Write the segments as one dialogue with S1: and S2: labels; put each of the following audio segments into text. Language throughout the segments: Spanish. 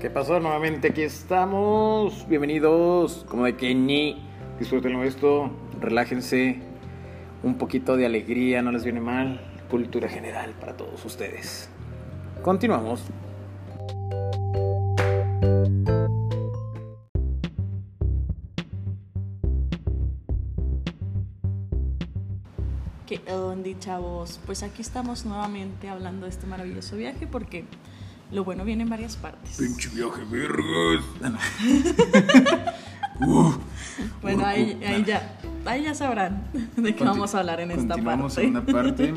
S1: ¿Qué pasó? Nuevamente aquí estamos. Bienvenidos, como de que ni. Disfrútenlo esto, relájense. Un poquito de alegría, no les viene mal. Cultura general para todos ustedes. Continuamos.
S2: ¿Qué onda, chavos? Pues aquí estamos nuevamente hablando de este maravilloso viaje porque lo bueno viene en varias partes.
S3: Pinche viaje, vergas.
S2: Bueno, ahí, ahí ya, ahí ya sabrán de qué vamos a hablar en esta
S3: Continuamos
S2: parte.
S3: en una parte.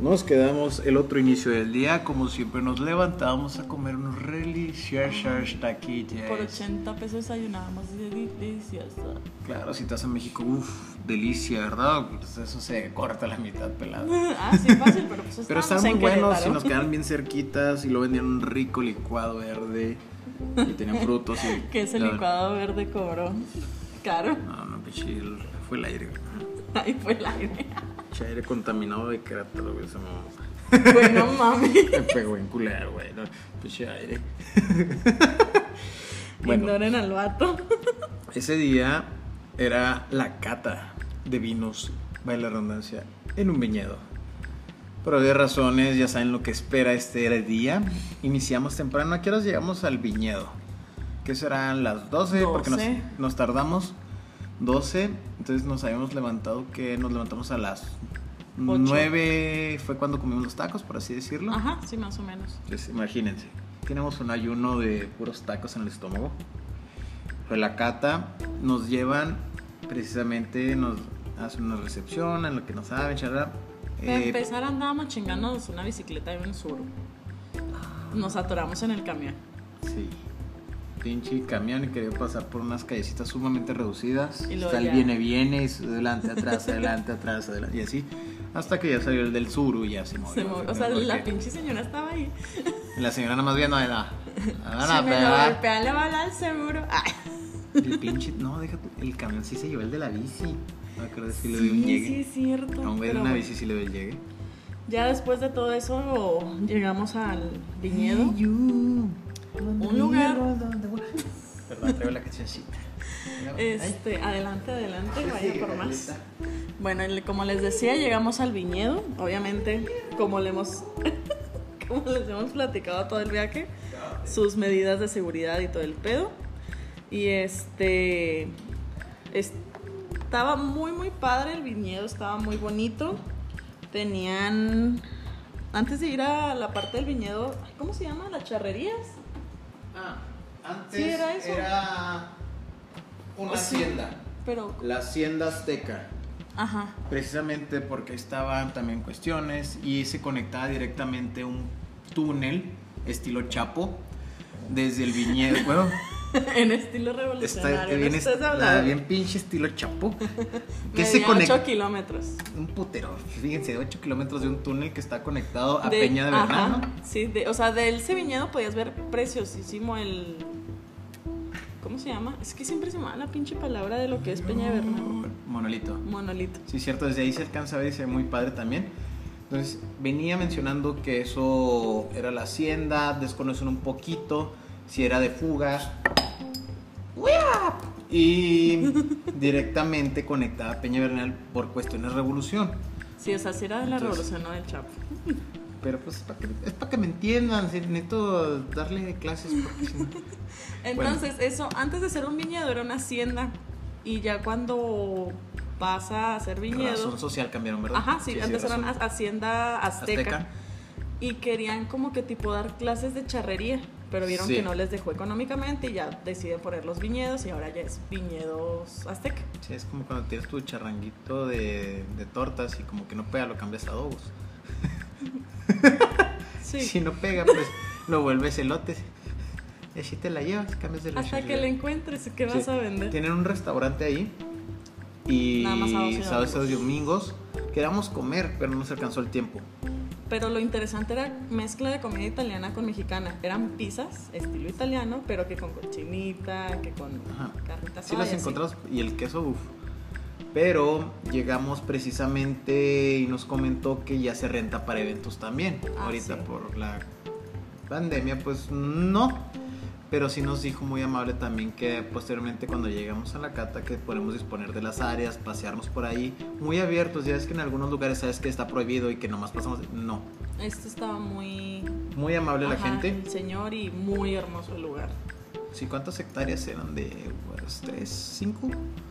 S3: Nos quedamos el otro inicio del día. Como siempre, nos levantamos a comer unos deliciosas taquitos.
S2: Por 80 pesos desayunábamos de deliciosa.
S3: Claro, si estás en México, uff, delicia, ¿verdad? Pues eso se corta la mitad pelada.
S2: Ah, sí, fácil, pero pues
S3: Pero
S2: estábamos
S3: están muy
S2: en
S3: buenos y
S2: Querétaro.
S3: nos quedan bien cerquitas y lo vendían un rico licuado verde y tenían frutos y...
S2: Que ese
S3: la-
S2: licuado verde cobró caro.
S3: No, no, pinche, el- fue el aire, güey.
S2: Ahí fue el aire.
S3: Pinche aire contaminado de Querétaro, güey, se me...
S2: Bueno, mami.
S3: Me pegó en culero, güey. No, pinche aire. bueno,
S2: Ignoren al vato.
S3: ese día era la cata de vinos, vaya la redundancia, en un viñedo. Por obvias razones, ya saben lo que espera este día. Iniciamos temprano. ¿A qué horas llegamos al viñedo? Que serán las 12, porque nos,
S2: 12.
S3: nos tardamos 12. Entonces nos habíamos levantado que nos levantamos a las
S2: Ocho.
S3: 9. Fue cuando comimos los tacos, por así decirlo.
S2: Ajá, sí, más o menos.
S3: Pues imagínense, tenemos un ayuno de puros tacos en el estómago. Fue la cata, nos llevan precisamente, nos hacen una recepción en lo que nos saben, charla.
S2: Para
S3: Eh,
S2: empezar andábamos chingándonos una bicicleta y un sur. Nos atoramos en el camión.
S3: sí. Pinche camión y quería pasar por unas callecitas sumamente reducidas.
S2: Y luego
S3: Está el
S2: ya.
S3: viene, viene, y adelante, atrás, adelante, atrás, adelante, y así. Hasta que ya salió el del sur y ya se movió.
S2: Se movió. O sea,
S3: Porque
S2: la pinche señora estaba ahí.
S3: la señora nada más viendo de la. la van a
S2: si me lo
S3: pegar.
S2: golpea, le va a dar seguro.
S3: Ah,
S2: Ay,
S3: El pinche. No, déjate. El camión sí se llevó el de la bici. No me acuerdo si pues le dio un
S2: sí,
S3: llegue.
S2: sí, es cierto.
S3: a un güey de
S2: Pero
S3: una
S2: bueno,
S3: bici sí le dio el llegue.
S2: Ya después de todo eso, llegamos al viñedo.
S3: Un
S2: lugar.
S3: Perdón, traigo la cancioncita.
S2: Este, adelante, adelante, vaya por más. Bueno, el- como les decía, llegamos al viñedo. Obviamente, como le hemos, como les hemos platicado todo el viaje, sus medidas de seguridad y todo el pedo. Y este, es- estaba muy, muy padre el viñedo, estaba muy bonito. Tenían, antes de ir a la parte del viñedo, ay, ¿cómo se llama? Las charrerías.
S3: Ah, antes
S2: Sí, era eso. Oh,
S3: era una
S2: Sí.
S3: hacienda.
S2: Pero,
S3: La hacienda azteca.
S2: ajá,
S3: precisamente porque estaban también cuestiones y se conectaba directamente un túnel estilo Chapo desde el viñedo. Bueno,
S2: en estilo
S3: está,
S2: revolucionario. no
S3: bien,
S2: estés
S3: Este, la
S2: hablando.
S3: bien pinche estilo Chapo. Que
S2: Medía
S3: se conecta
S2: 8 kilómetros.
S3: un putero, fíjense, 8 kilómetros de un túnel que está conectado a
S2: De-
S3: Peña de Bernal.
S2: ajá,
S3: ¿no?
S2: Sí, de- o sea, del ese viñedo podías ver preciosísimo el... ¿Cómo se llama? Es que siempre se me va la pinche palabra de lo que es Peña de Bernal.
S3: Monolito.
S2: Monolito.
S3: Sí, cierto, desde ahí se alcanza a ver y se ve muy padre también. Entonces, venía mencionando que eso era la hacienda, desconocen un poquito si era de fugas. ¡Wea! Y directamente conectada a Peña Bernal por cuestiones de revolución.
S2: Sí, o sea, sí era de la
S3: Entonces-
S2: revolución, no del Chapo.
S3: Pero pues es para que, es pa' que me entiendan, si necesito darle clases porque si no-
S2: Entonces, eso, antes de ser un viñedo era una hacienda. Y ya cuando pasa a ser viñedo...
S3: Razón social cambiaron, ¿verdad?
S2: Ajá, sí, antes eran
S3: razón.
S2: ha- hacienda azteca.
S3: azteca.
S2: y querían como que tipo dar clases de charrería, pero vieron
S3: Sí.
S2: que no les dejó económicamente y ya deciden poner los viñedos y ahora ya es viñedos azteca.
S3: Sí, es como cuando tienes tu charranguito de, de tortas y como que no pega, lo cambias a adobos.
S2: Sí.
S3: Si no pega, pues lo vuelves elote. Y así te la llevas, cambias de
S2: Hasta que le encuentres, ¿qué vas a vender?
S3: Tienen un restaurante ahí. Y
S2: Nada más sábados y
S3: sábados y domingos. Queríamos comer, pero no nos alcanzó el tiempo.
S2: Pero lo interesante era mezcla de comida italiana con mexicana. Eran pizzas, estilo italiano, pero que con cochinita, que con
S3: Ajá.
S2: carnitas.
S3: Sí las encontramos y el queso, uff. Pero llegamos precisamente y nos comentó que ya se renta para eventos también.
S2: Ah,
S3: Ahorita
S2: sí.
S3: por la pandemia, pues no. pero sí nos dijo muy amable también que posteriormente cuando llegamos a la cata que podemos disponer de las áreas, pasearnos por ahí, muy abiertos, ya es que en algunos lugares sabes que está prohibido y que nomás pasamos, no,
S2: Esto estaba muy.
S3: muy amable la
S2: ajá,
S3: gente.
S2: El señor y muy hermoso el lugar.
S3: Sí, ¿cuántas hectáreas eran de pues, tres, cinco?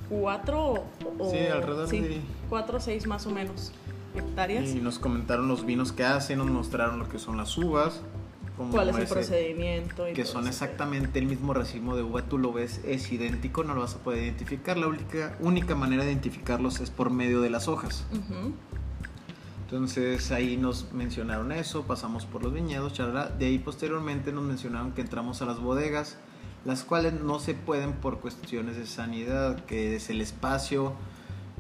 S2: Cuatro o. o-
S3: Sí, alrededor
S2: sí,
S3: de-
S2: Cuatro o seis más o menos hectáreas.
S3: Y nos comentaron los vinos que hacen, nos mostraron lo que son las uvas, cómo
S2: ¿Cuál es el
S3: ese-
S2: procedimiento? y
S3: que
S2: todo
S3: son
S2: ese pedo.
S3: exactamente el mismo racimo de uva, tú lo ves, es idéntico, no lo vas a poder identificar. La única, única manera de identificarlos es por medio de las hojas.
S2: Ujú.
S3: Entonces ahí nos mencionaron eso, pasamos por los viñedos, charla. De ahí posteriormente nos mencionaron que entramos a las bodegas, las cuales no se pueden por cuestiones de sanidad, que es el espacio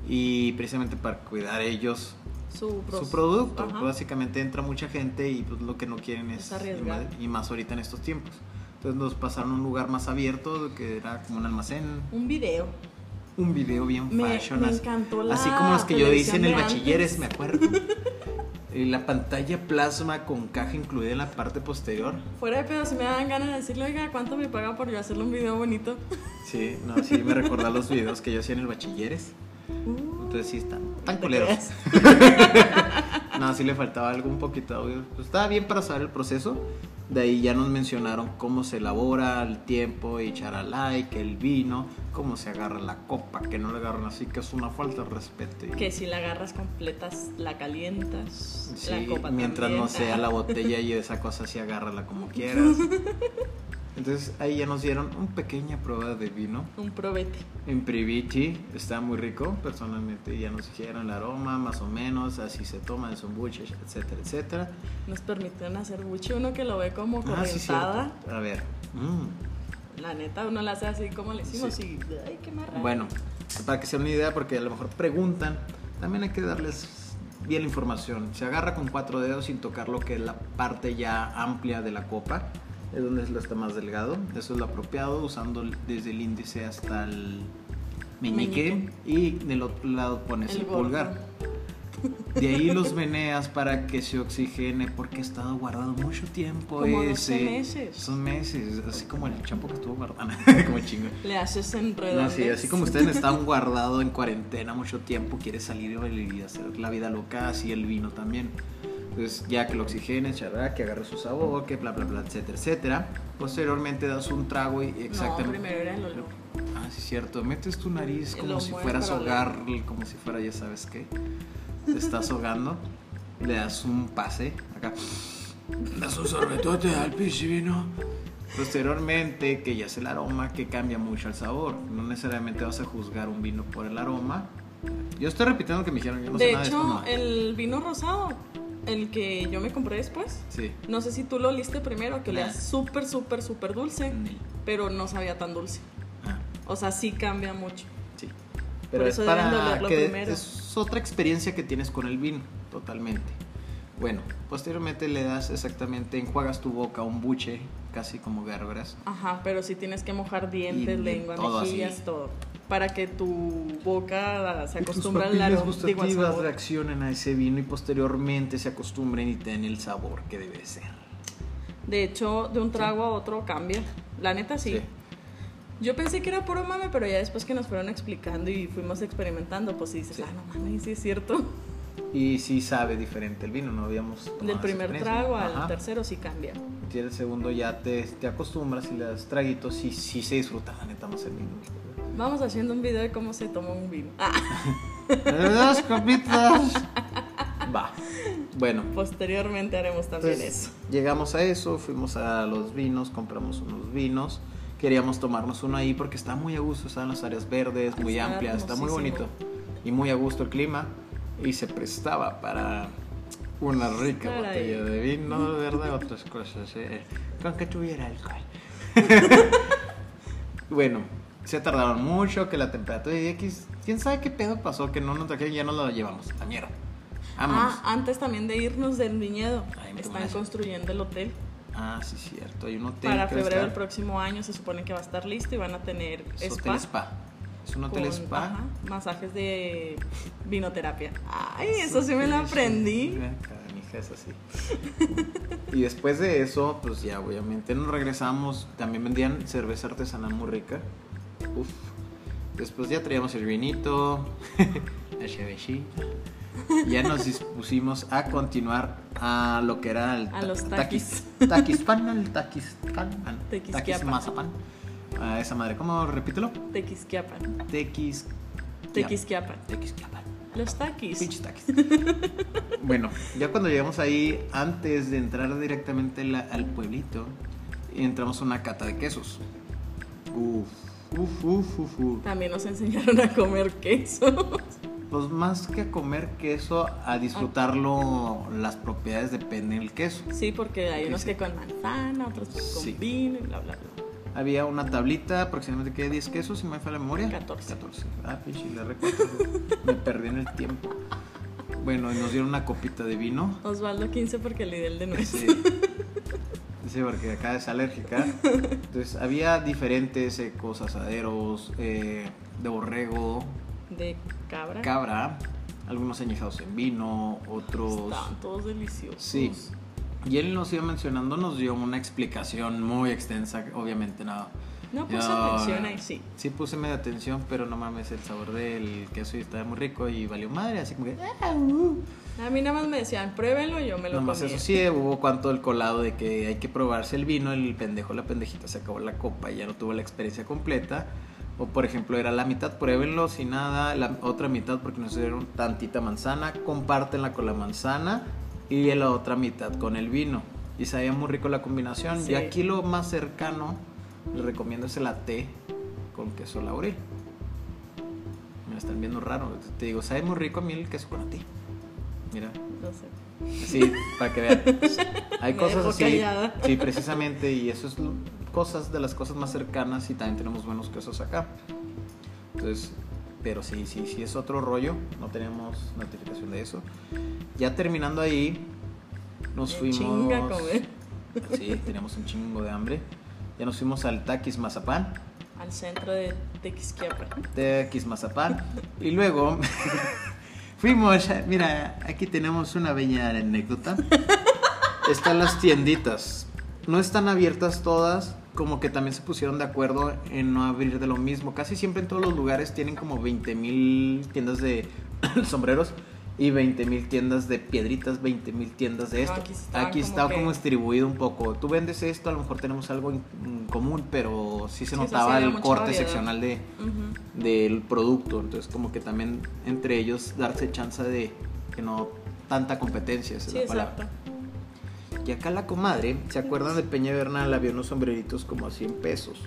S3: y precisamente para cuidar ellos
S2: Su, pro-
S3: su producto. pues,
S2: Ajá.
S3: Básicamente entra mucha gente y pues, lo que no quieren es,
S2: Es arriesgar.
S3: Y más, y más ahorita en estos tiempos. Entonces nos pasaron a un lugar más abierto que era como un almacén,
S2: Un video.
S3: un video bien
S2: Me-
S3: fashion.
S2: me
S3: así-
S2: encantó la
S3: Así como los que yo hice en el
S2: televisión de
S3: bachilleres, me acuerdo. Y la pantalla plasma con caja incluida en la parte posterior.
S2: Fuera de pedo, si me dan ganas de decirle, oiga, ¿cuánto me paga por yo hacerle un video bonito?
S3: Sí, no, sí, me recordaba los videos que yo hacía en el bachilleres. Entonces sí, están tan coleros. No, sí le faltaba algo un poquito. de audio. Pues, estaba bien para saber el proceso. De ahí ya nos mencionaron cómo se elabora, el tiempo y charalá, y que el vino, cómo se agarra la copa, que no le agarran así, que es una falta de respeto. Y-
S2: Que si la agarras completas, la calientas.
S3: Sí,
S2: la copa
S3: mientras
S2: también.
S3: no sea la botella y esa cosa así, agárrala como quieras. Entonces ahí ya nos dieron una pequeña prueba de vino.
S2: Un probete.
S3: En Priviti está muy rico, personalmente ya nos dijeron el aroma, más o menos, así se toma, es un buche, etcétera, etcétera.
S2: Nos permitieron hacer buche. Uno que lo ve como
S3: Ah, sí,
S2: correntada.
S3: cierto. A ver. mm,
S2: la neta, uno la hace así como le hicimos.
S3: Sí.
S2: Y, ay, qué marrano.
S3: Bueno, para que sea una idea, porque a lo mejor preguntan, también hay que darles bien la información. Se agarra con cuatro dedos sin tocar lo que es la parte ya amplia de la copa, es donde es lo está más delgado. Eso es lo apropiado, usando el- desde el índice hasta el meñique, y del otro lado pones el,
S2: El gordo.
S3: pulgar. De ahí los meneas para que se oxigene porque ha estado guardado mucho tiempo.
S2: Como doce
S3: ese-
S2: meses.
S3: Son meses, así como el chapo que estuvo guardando, como chingo.
S2: Le haces enredar.
S3: No, sí, así como ustedes están guardados en cuarentena mucho tiempo, quiere salir y hacer la vida loca, así el vino también. Entonces, ya que lo oxigene, chará, que agarre su sabor, que bla, bla, bla, etcétera, etcétera. Posteriormente das un trago y
S2: No,
S3: exactamente...
S2: primero era el olor.
S3: Ah, sí, es cierto. Metes tu nariz
S2: Y
S3: como
S2: lo
S3: si
S2: mueves
S3: fueras
S2: para
S3: hogar, como si fuera, ya sabes qué. Te estás ahogando, le das un pase, acá. Das un sorbetote al pinche vino. Posteriormente, que ya es el aroma que cambia mucho el sabor. No necesariamente vas a juzgar un vino por el aroma. Yo estoy repitiendo lo que me dijeron, yo no sé
S2: de
S3: nada de esto,
S2: hecho,
S3: no.
S2: el vino rosado, el que yo me compré después,
S3: Sí.
S2: no sé si tú lo oliste primero, que olía
S3: Nah. Mm.
S2: súper, súper, súper dulce,
S3: Ni-
S2: pero no sabía tan dulce.
S3: ah.
S2: O sea, sí cambia mucho.
S3: Sí. Pero
S2: Por eso
S3: es
S2: deben de
S3: para
S2: olerlo
S3: que
S2: primero.
S3: es otra experiencia que tienes con el vino, totalmente. Bueno, posteriormente le das exactamente, enjuagas tu boca, un buche, casi como gárgaras.
S2: Ajá, pero sí tienes que mojar dientes,
S3: Y
S2: lengua,
S3: todo así.
S2: mejillas, todo. Para que tu boca se acostumbre
S3: Tus
S2: al
S3: papilas
S2: aroma. digo, al
S3: gustativas
S2: sabor.
S3: reaccionen a ese vino y posteriormente se acostumbren y den el sabor que debe ser.
S2: De hecho, de un trago a otro cambia. La neta sí. Yo pensé que era puro mame, pero ya después que nos fueron explicando y fuimos experimentando, pues sí dices,
S3: Sí.
S2: ah, no mames, sí es cierto.
S3: Y sí sabe diferente el vino, no habíamos... tomado
S2: Del
S3: esa
S2: primer
S3: experiencia.
S2: trago al
S3: Ajá.
S2: tercero sí cambia.
S3: Y el segundo ya te, te acostumbras y le das traguitos y sí se disfruta la neta más el vino.
S2: Vamos haciendo un video de cómo se toma un vino. Ah,
S3: Dos copitas. Va. Bueno,
S2: posteriormente haremos también
S3: entonces,
S2: eso.
S3: llegamos a eso, fuimos a los vinos, compramos unos vinos. Queríamos tomarnos uno ahí porque está muy a gusto, están las áreas verdes, muy
S2: Está
S3: amplias, está muy bonito
S2: hermosísimo.
S3: y muy a gusto el clima y se prestaba para una rica
S2: Para
S3: botella
S2: ir.
S3: de vino, ¿verdad? Otras cosas, eh, con que tuviera alcohol. Bueno, se tardaron mucho, que la temperatura y X. ¿Quién sabe qué pedo pasó? Que no nos trajeron y ya nos lo llevamos. La mierda. Vámonos.
S2: Ah, antes también de irnos del viñedo,
S3: Ay, me tomé
S2: están
S3: eso.
S2: construyendo el hotel.
S3: Ah, sí, cierto. Hay un hotel.
S2: Para
S3: que va a
S2: febrero del
S3: estar-
S2: próximo año se supone que va a estar listo y van a tener
S3: es
S2: spa.
S3: hotel spa. Es un hotel
S2: con,
S3: spa.
S2: ajá,
S3: Ah,
S2: masajes de vinoterapia. Ay, eso sí me lo aprendí.
S3: Acá, mi Es así. Y después de eso, pues ya obviamente nos regresamos. También vendían cerveza artesanal muy rica. Uf. Después ya traíamos el vinito, el chevechita. Ya nos dispusimos a continuar a lo que era el
S2: A los
S3: ta-
S2: taquis.
S3: taquis- Taquispan, el taquispan,
S2: Tequisquiapan.
S3: taquis mazapán. Ah, esa madre, ¿cómo? Repítelo.
S2: Tequisquiapan.
S3: Tequis.
S2: Tequisquiapan.
S3: Tequisquiapan.
S2: Los taquis.
S3: Pinches taquis. bueno, ya cuando llegamos ahí, antes de entrar directamente la- al pueblito, entramos a una cata de quesos. Uf, uf, uf, uf, uf.
S2: También nos enseñaron a comer queso.
S3: Pues más que a comer queso, a disfrutarlo, las propiedades dependen del queso.
S2: Sí, porque hay
S3: Sí,
S2: unos
S3: sí.
S2: que con manzana, otros con
S3: Sí.
S2: vino, y bla, bla, bla.
S3: Había una tablita, aproximadamente que 10 quesos, si me falla la memoria.
S2: 14.
S3: 14. Ah, pinche, le recuerdo. me perdí en el tiempo. Bueno, y nos dieron una copita de vino.
S2: Osvaldo 15 porque le di el de nuez.
S3: Sí. Sí, porque acá es alérgica. Entonces, había diferentes secos, asaderos, eh, de borrego,
S2: De cabra.
S3: cabra, algunos añejados en vino, otros...
S2: Estaban todos deliciosos.
S3: Sí. Y él nos iba mencionando, nos dio una explicación muy extensa, obviamente nada.
S2: No puse
S3: No,
S2: atención
S3: no.
S2: ahí, sí.
S3: Sí puse media atención, pero no mames, el sabor del queso estaba muy rico y valió madre, así como que... "Ah, uh".
S2: A mí nada más me decían, pruébenlo, y yo me lo
S3: Nomás
S2: comí.
S3: eso sí, eh, hubo cuanto el colado de que hay que probarse el vino, el pendejo, la pendejita se acabó la copa y ya no tuvo la experiencia completa. O por ejemplo, era la mitad, pruébenlo sin nada, la otra mitad porque nos dieron tantita manzana, compártenla con la manzana y la otra mitad con el vino. Y sabía muy rico la combinación.
S2: Sí.
S3: Y aquí lo más cercano, les recomiendo es el té con queso laurel. Me están viendo raro. Te digo, sabe muy rico a mí el queso con a ti. Mira.
S2: No sé.
S3: Sí, para que vean. Hay
S2: Me
S3: cosas
S2: dejó
S3: así.
S2: callada.
S3: Sí, precisamente, y eso es lo- cosas de las cosas más cercanas y también tenemos buenos quesos acá. Entonces, pero sí, sí, sí es otro rollo, no tenemos notificación de eso. Ya terminando ahí, nos
S2: Me
S3: fuimos.
S2: chinga comer.
S3: Sí, teníamos un chingo de hambre. Ya nos fuimos al Taquis Mazapán.
S2: Al centro de Tequisquiapan.
S3: de Quismazapán. Y luego fuimos, mira, aquí tenemos una bella anécdota. Están las tienditas. No están abiertas todas, como que también se pusieron de acuerdo en no abrir de lo mismo. Casi siempre en todos los lugares tienen como 20 mil tiendas de sombreros y 20 mil tiendas de piedritas, 20 mil tiendas de
S2: No,
S3: esto.
S2: aquí estaban como
S3: está
S2: que-
S3: como distribuido un poco. Tú vendes esto, a lo mejor tenemos algo en en común, pero sí se
S2: Sí, o sea, sí
S3: notaba
S2: había
S3: el
S2: mucha
S3: corte
S2: variedad.
S3: seccional de,
S2: Ujú.
S3: del producto. Entonces, como que también entre ellos darse chance de que no tanta competencia, esa
S2: Sí,
S3: es la palabra.
S2: exacto.
S3: Y acá la comadre, ¿se acuerdan de Peña Bernal? Había unos sombreritos como a 100 pesos.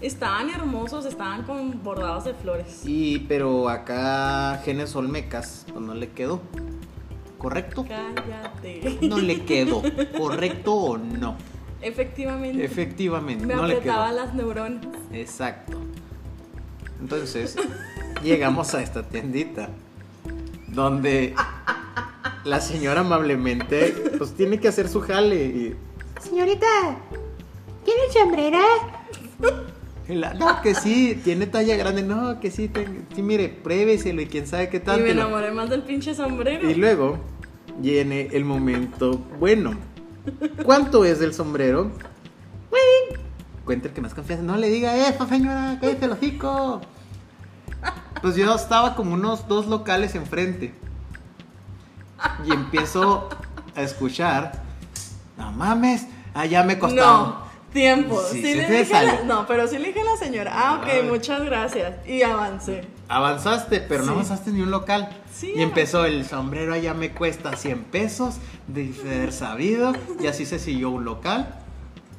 S2: Estaban hermosos, estaban con bordados de flores.
S3: Y, pero acá Genes Olmecas, pues no le quedó. ¿Correcto?
S2: Cállate.
S3: No le quedó. ¿Correcto o no?
S2: Efectivamente.
S3: Efectivamente,
S2: me
S3: no le quedó.
S2: apretaba las neuronas.
S3: Exacto. Entonces, llegamos a esta tiendita donde la señora amablemente pues tiene que hacer su jale y,
S4: Señorita, ¿tiene sombrera?
S3: y la- no, que sí, tiene talla grande, no, que sí, ten- sí, mire, pruébeselo y quién sabe qué
S2: Y
S3: tal.
S2: me enamoré más del pinche sombrero.
S3: Y luego viene el momento bueno. ¿Cuánto es del sombrero? Güey, Cuenta el que más confianza. No le diga, eh, señora, cállate el hocico. Pues yo estaba como unos dos locales enfrente. Y empiezo a escuchar. No mames, allá me
S2: no,
S3: costaba.
S2: tiempo.
S3: Sí,
S2: Sí,
S3: se
S2: le
S3: te
S2: dije a la-
S3: sale.
S2: no, pero sí le dije a la señora, ah, ok,
S3: Ay.
S2: muchas gracias. Y avancé.
S3: Avanzaste, pero no
S2: Sí.
S3: avanzaste ni un local.
S2: Sí,
S3: y empezó el sombrero allá me cuesta 100 pesos de ser sabido. Y así se siguió un local.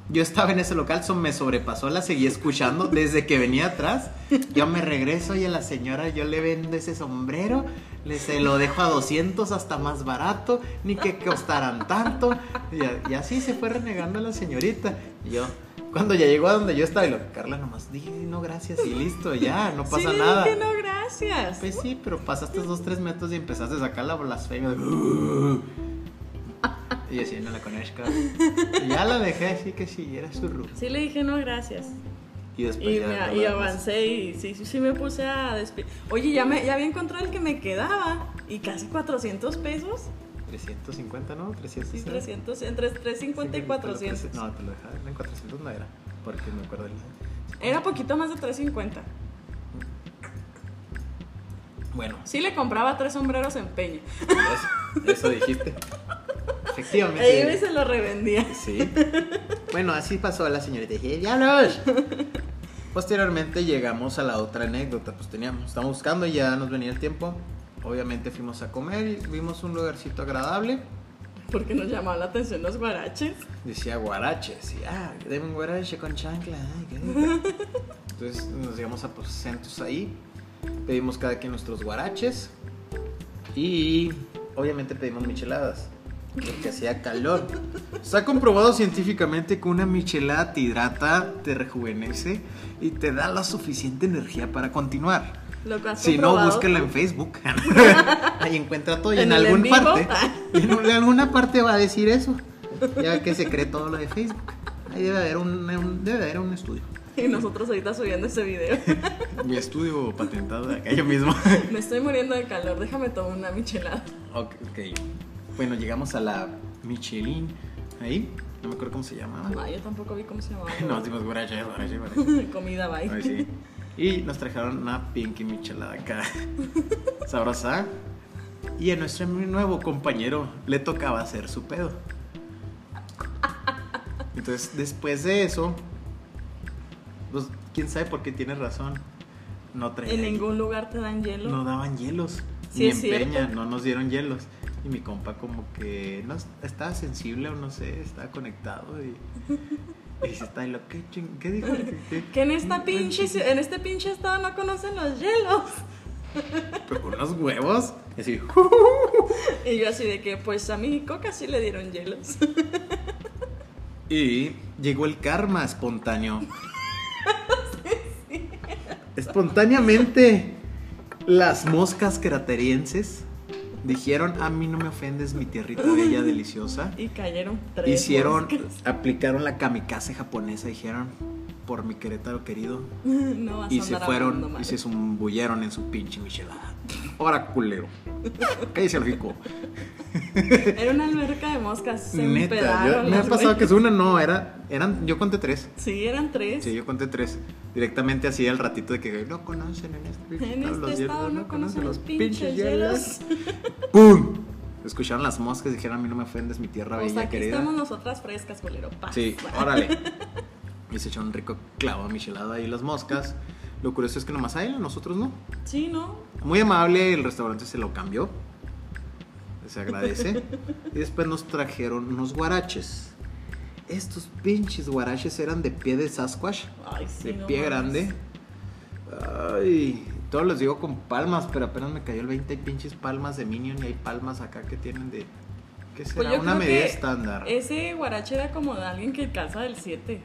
S3: Yo estaba en ese local, so- me sobrepasó, la seguí escuchando desde que venía atrás. Yo me regreso y a la señora yo le vendo ese sombrero, le se lo dejo a 200 hasta más barato, ni que costaran tanto. Y, a- y así se fue renegando la señorita. Y yo, cuando ya llegó a donde yo estaba, y lo, Carla nomás, di no gracias y listo, ya, no pasa
S2: sí, le
S3: nada.
S2: dije no, gracias.
S3: Pues sí, pero pasaste dos, tres metros y empezaste a sacar la blasfemia. de, "Uh". Y yo así, no la conozco. Y ya la dejé así que siguiera su rumbo.
S2: Sí le dije no, gracias.
S3: Y después
S2: Y,
S3: Pues ya
S2: me-
S3: todo
S2: y
S3: lo demás.
S2: avancé y sí, sí, sí me puse a despedir. Oye, ya, me, ya había encontrado el que me quedaba y casi 400 pesos.
S3: 350, ¿no? 300.
S2: Sí,
S3: ¿no?
S2: 300, entre 350 y 400.
S3: No, te lo dejaba en 400, no era. Porque me acuerdo el.
S2: Era poquito más de 350.
S3: Bueno,
S2: Sí le compraba tres sombreros en Peña.
S3: eso, eso dijiste.
S2: Ella
S3: Efectivamente.
S2: se lo revendía.
S3: Sí. Bueno, así pasó la señorita. Dije, ¡diablos! Posteriormente llegamos a la otra anécdota. Pues teníamos, estábamos buscando y ya nos venía el tiempo. Obviamente fuimos a comer y vimos un lugarcito agradable.
S2: Porque nos llamaba la atención los guaraches.
S3: Decía guarache, decía, ah, deme un guarache con chancla, ay, qué rico". Entonces nos llegamos a pues, aposentos ahí, pedimos cada quien nuestros guaraches y obviamente pedimos micheladas, porque hacía calor. Está comprobado científicamente que una michelada te hidrata, te rejuvenece y te da la suficiente energía para continuar.
S2: Lo que has
S3: Si no,
S2: comprobado.
S3: búsquela en Facebook. Ahí encuentra todo y en,
S2: En el en
S3: alguna
S2: vivo.
S3: parte. En, un- en alguna parte va a decir eso. Ya que se cree todo lo de Facebook. Ahí debe haber un, un- debe haber un estudio.
S2: Y nosotros ahorita subiendo ese video.
S3: Mi estudio patentado de acá yo mismo.
S2: Me estoy muriendo de calor, déjame tomar una michelada.
S3: ok. Bueno, llegamos a la Michelin. Ahí. No me acuerdo cómo se llamaba.
S2: No, yo tampoco vi cómo se llamaba.
S3: No, dimos guarache, guarache, guarache.
S2: Comida bye.
S3: Ay, sí. Y nos trajeron una pinky michelada acá. Sabrosa. Y a nuestro nuevo compañero le tocaba hacer su pedo. Entonces, después de eso, pues, quién sabe por qué tiene razón. No traía.
S2: En ningún lugar te dan hielo.
S3: No daban hielos.
S2: Sí,
S3: ni
S2: es
S3: en
S2: cierto.
S3: Peña, no nos dieron hielos. Y mi compa como que no estaba sensible o no sé, estaba conectado y, y dice, está lo que ching, ¿qué dijo? ¿Qué- qué-
S2: Que en esta
S3: no
S2: pinche,
S3: manches".
S2: ci- en este pinche estado no conocen los hielos.
S3: Pero con unos huevos. Y así,
S2: Y yo así de que, pues a mi coca sí le dieron hielos.
S3: Y llegó el karma espontáneo. Espontáneamente, las moscas craterienses dijeron: A mí no me ofendes, mi tierrita bella, deliciosa.
S2: Y cayeron tres.
S3: Hicieron,
S2: moscas.
S3: aplicaron la kamikaze japonesa, dijeron: Por mi querétaro querido.
S2: No vas a
S3: Y se
S2: andar hablando
S3: fueron
S2: mal.
S3: y se zumbulleron en su pinche michelada. Ahora culero. Cállese el rico.
S2: Era una alberca de moscas. Se
S3: Neta, yo-
S2: empedaron
S3: me ha
S2: las
S3: pasado
S2: güeyes.
S3: que es una, no, era, eran, yo conté tres.
S2: Sí, eran tres.
S3: Sí, yo conté tres. Directamente así al ratito de que no conocen en este,
S2: En
S3: estado
S2: este
S3: los
S2: estado
S3: hielos,
S2: no conocen los pinches
S3: hielos.
S2: hielos.
S3: ¡Pum! Escucharon las moscas y dijeron, a mí no me ofendes, mi tierra
S2: Pues
S3: bella
S2: aquí
S3: querida.
S2: estamos nosotras frescas, bolero. Paz.
S3: Sí, órale. Y se echaron un rico clavo a michelada ahí las moscas. Lo curioso es que nomás a él, a nosotros no.
S2: Sí, ¿no?
S3: Muy amable, el restaurante se lo cambió. Se agradece. y después nos trajeron unos guaraches. Estos pinches guaraches eran de pie de Sasquatch.
S2: Ay, sí.
S3: de
S2: no
S3: pie
S2: mames.
S3: grande. Ay, todos los digo con palmas, pero apenas me cayó el 20 hay pinches palmas de Minion y hay palmas acá que tienen de. ¿Qué será?
S2: Pues yo
S3: Una
S2: creo
S3: medida
S2: que
S3: estándar.
S2: Ese guarache era como de alguien que calza del 7.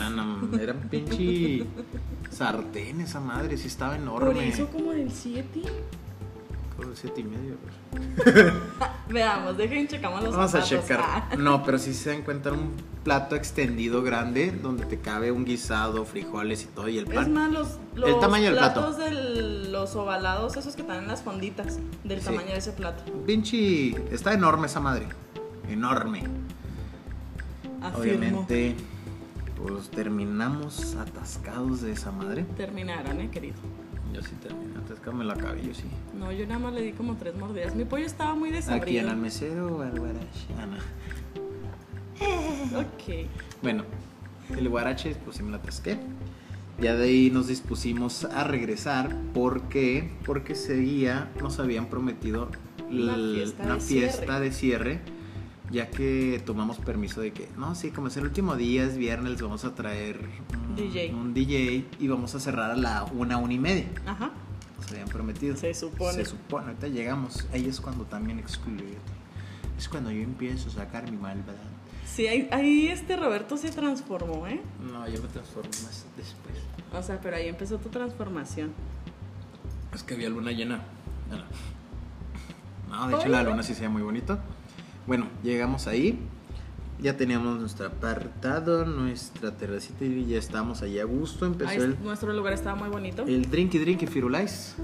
S3: No, no, no, era un pinche sartén esa madre, sí estaba
S2: Por
S3: enorme.
S2: eso como del 7.
S3: Como siete y medio. güey.
S2: Veamos, dejen checamos los
S3: Vamos a
S2: zapatos. Ah.
S3: checar. No, pero sí se dan cuenta era un plato extendido grande donde te cabe un guisado, frijoles y todo y el
S2: Es
S3: pan.
S2: más, los, los
S3: El tamaño del plato.
S2: platos de los ovalados, esos que están en las fonditas, del
S3: Sí.
S2: tamaño de ese plato.
S3: Pinche, está enorme esa madre. Enorme.
S2: Afirmo.
S3: Obviamente, pues terminamos atascados de esa madre.
S2: Terminaron, eh, querido.
S3: Yo sí terminé atascado, me lo acabé, yo sí.
S2: No, yo nada más le di como tres mordidas. Mi pollo estaba muy
S3: Aquí en
S2: desabrido.
S3: el mesero o al guarache. Ah, no.
S2: Ok.
S3: Bueno, el guarache, pues sí me lo atasqué. Ya de ahí nos dispusimos a regresar porque, porque seguía, nos habían prometido
S2: Una
S3: l-
S2: fiesta
S3: una
S2: de
S3: fiesta
S2: cierre.
S3: de cierre, ya que tomamos permiso de que, no, sí, como es el último día, es viernes, les vamos a traer un
S2: DJ.
S3: un DJ y vamos a cerrar a la una, una y media.
S2: Ajá.
S3: Nos habían prometido.
S2: Se supone.
S3: Se supone, ahorita llegamos. Ahí es cuando también excluyo. Es cuando yo empiezo a sacar mi malvada.
S2: Sí, ahí, ahí este Roberto se transformó, ¿eh?
S3: No, yo me transformo más después.
S2: O sea, pero ahí empezó tu transformación.
S3: Es que había luna llena. Ah, No, de hecho la luna sí se ve muy bonito. Bueno, llegamos ahí. Ya teníamos nuestro apartado, nuestra terracita y ya estábamos ahí a gusto. Empezó
S2: Ahí
S3: el,
S2: Nuestro lugar estaba muy bonito.
S3: el drinky drinky firulais.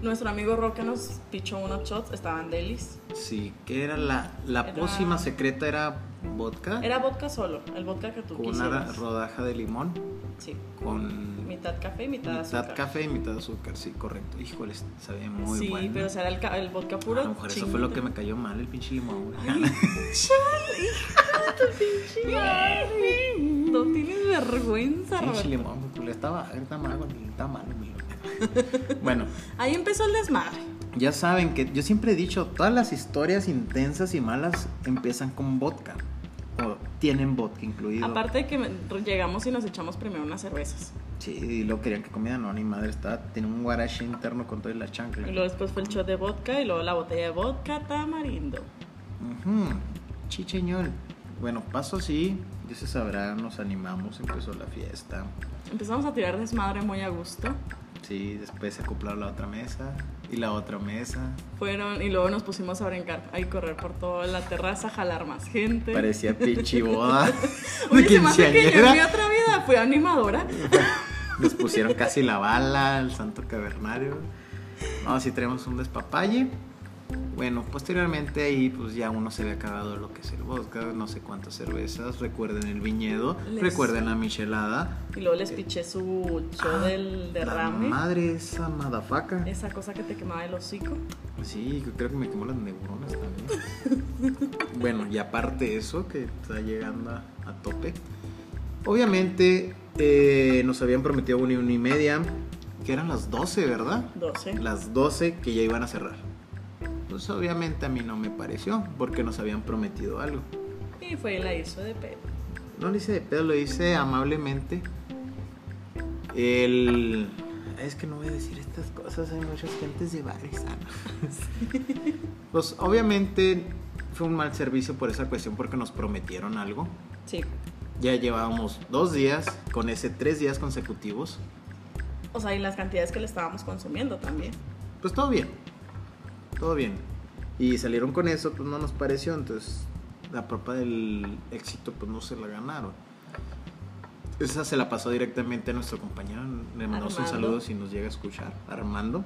S2: Nuestro amigo Roque nos pichó unos shots, estaban delis.
S3: Sí, que era la, la
S2: Era-
S3: pócima secreta, era vodka
S2: Era vodka solo, el vodka que tú
S3: con una
S2: quisieras.
S3: rodaja de limón
S2: Sí,
S3: con
S2: mitad café y mitad,
S3: mitad
S2: azúcar.
S3: café y mitad azúcar, sí, correcto. Híjole, sabía muy
S2: sí,
S3: bueno. Ah,
S2: pero será el, ca- el vodka
S3: A
S2: puro.
S3: lo mejor eso fue lo que me cayó mal, el pinche limón. güey.
S2: chingón. No tienes vergüenza,
S3: pinche
S2: Roberto.
S3: limón, güey, culo, estaba, estaba malo, güey, estaba malo, güey. Bueno,
S2: Ahí empezó el desmadre.
S3: ya saben que yo siempre he dicho, todas las historias intensas y malas empiezan con vodka. O tienen vodka incluido.
S2: Aparte de que me- llegamos y nos echamos primero unas cervezas.
S3: Sí, y luego querían que comida no, ni madre, estaba, tenía un guarache interno con toda la chancla.
S2: Y luego después fue el shot de vodka y luego la botella de vodka tamarindo.
S3: Ujú, Chicheñol. Bueno, paso así, ya se sabrá, nos animamos, empezó la fiesta.
S2: Empezamos a tirar desmadre muy a gusto.
S3: Sí, después se acopló la otra mesa y la otra mesa.
S2: Fueron y luego nos pusimos a brincar, a correr por toda la terraza, jalar más gente.
S3: Parecía pinche boda.
S2: Oye, se me hace que yo en mi
S3: quinceañera.
S2: otra vida fui animadora.
S3: Nos pusieron casi la bala, el santo cavernario. No, si tenemos un despapalle. Bueno, posteriormente ahí pues ya uno se había acabado lo que es el vodka, no sé cuántas cervezas, recuerden el viñedo,
S2: Les-
S3: recuerden la michelada.
S2: Y luego les piché su show del derrame.
S3: Ah, La madre esa madafaca.
S2: Esa cosa que te quemaba el hocico.
S3: Sí, creo que me quemó las neuronas también. bueno, y aparte de eso, que está llegando a, a tope. Obviamente, eh, nos habían prometido una y una y media, que eran las 12, ¿verdad?
S2: 12.
S3: Las 12 que ya iban a cerrar. Pues obviamente a mí no me pareció, porque nos habían prometido algo.
S2: Y fue la hizo de pedo.
S3: No lo hice de pedo, lo hice amablemente. El. Es que no voy a decir estas cosas, hay muchas gentes de bares. ah, no. pues obviamente fue un mal servicio por esa cuestión porque nos prometieron algo.
S2: Sí.
S3: Ya llevábamos dos días con ese tres días consecutivos.
S2: O sea, y las cantidades que le estábamos consumiendo también.
S3: Pues todo bien. Todo bien. Y salieron con eso, pues no nos pareció. Entonces la propa del éxito pues no se la ganaron. Esa se la pasó directamente a nuestro compañero. Le mandamos un
S2: Armando.
S3: saludo si nos llega a escuchar. Armando.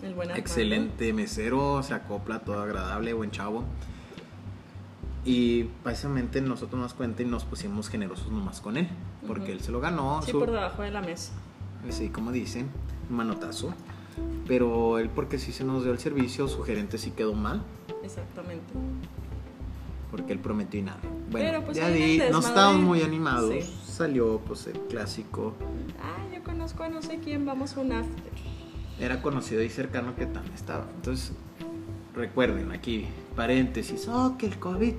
S2: El buen Armando.
S3: Excelente mesero, se acopla, todo agradable, buen chavo. Y básicamente nosotros nos cuenta y nos pusimos generosos nomás con él. Porque
S2: Ujú.
S3: él se lo ganó.
S2: Sí,
S3: su-
S2: por debajo de la mesa.
S3: Pues Sí, como dicen, un manotazo. Pero él porque sí se nos dio el servicio, su gerente sí quedó mal,
S2: Exactamente.
S3: porque él prometió y nada. Bueno,
S2: Pero, pues,
S3: ya
S2: ahí en el
S3: di, no
S2: desmadre.
S3: estábamos muy animados.
S2: Sí.
S3: Salió pues el clásico.
S2: Ah, yo conozco a no sé quién, vamos a un after.
S3: Era conocido y cercano que también estaba. Entonces, recuerden aquí, paréntesis, oh, que el COVID.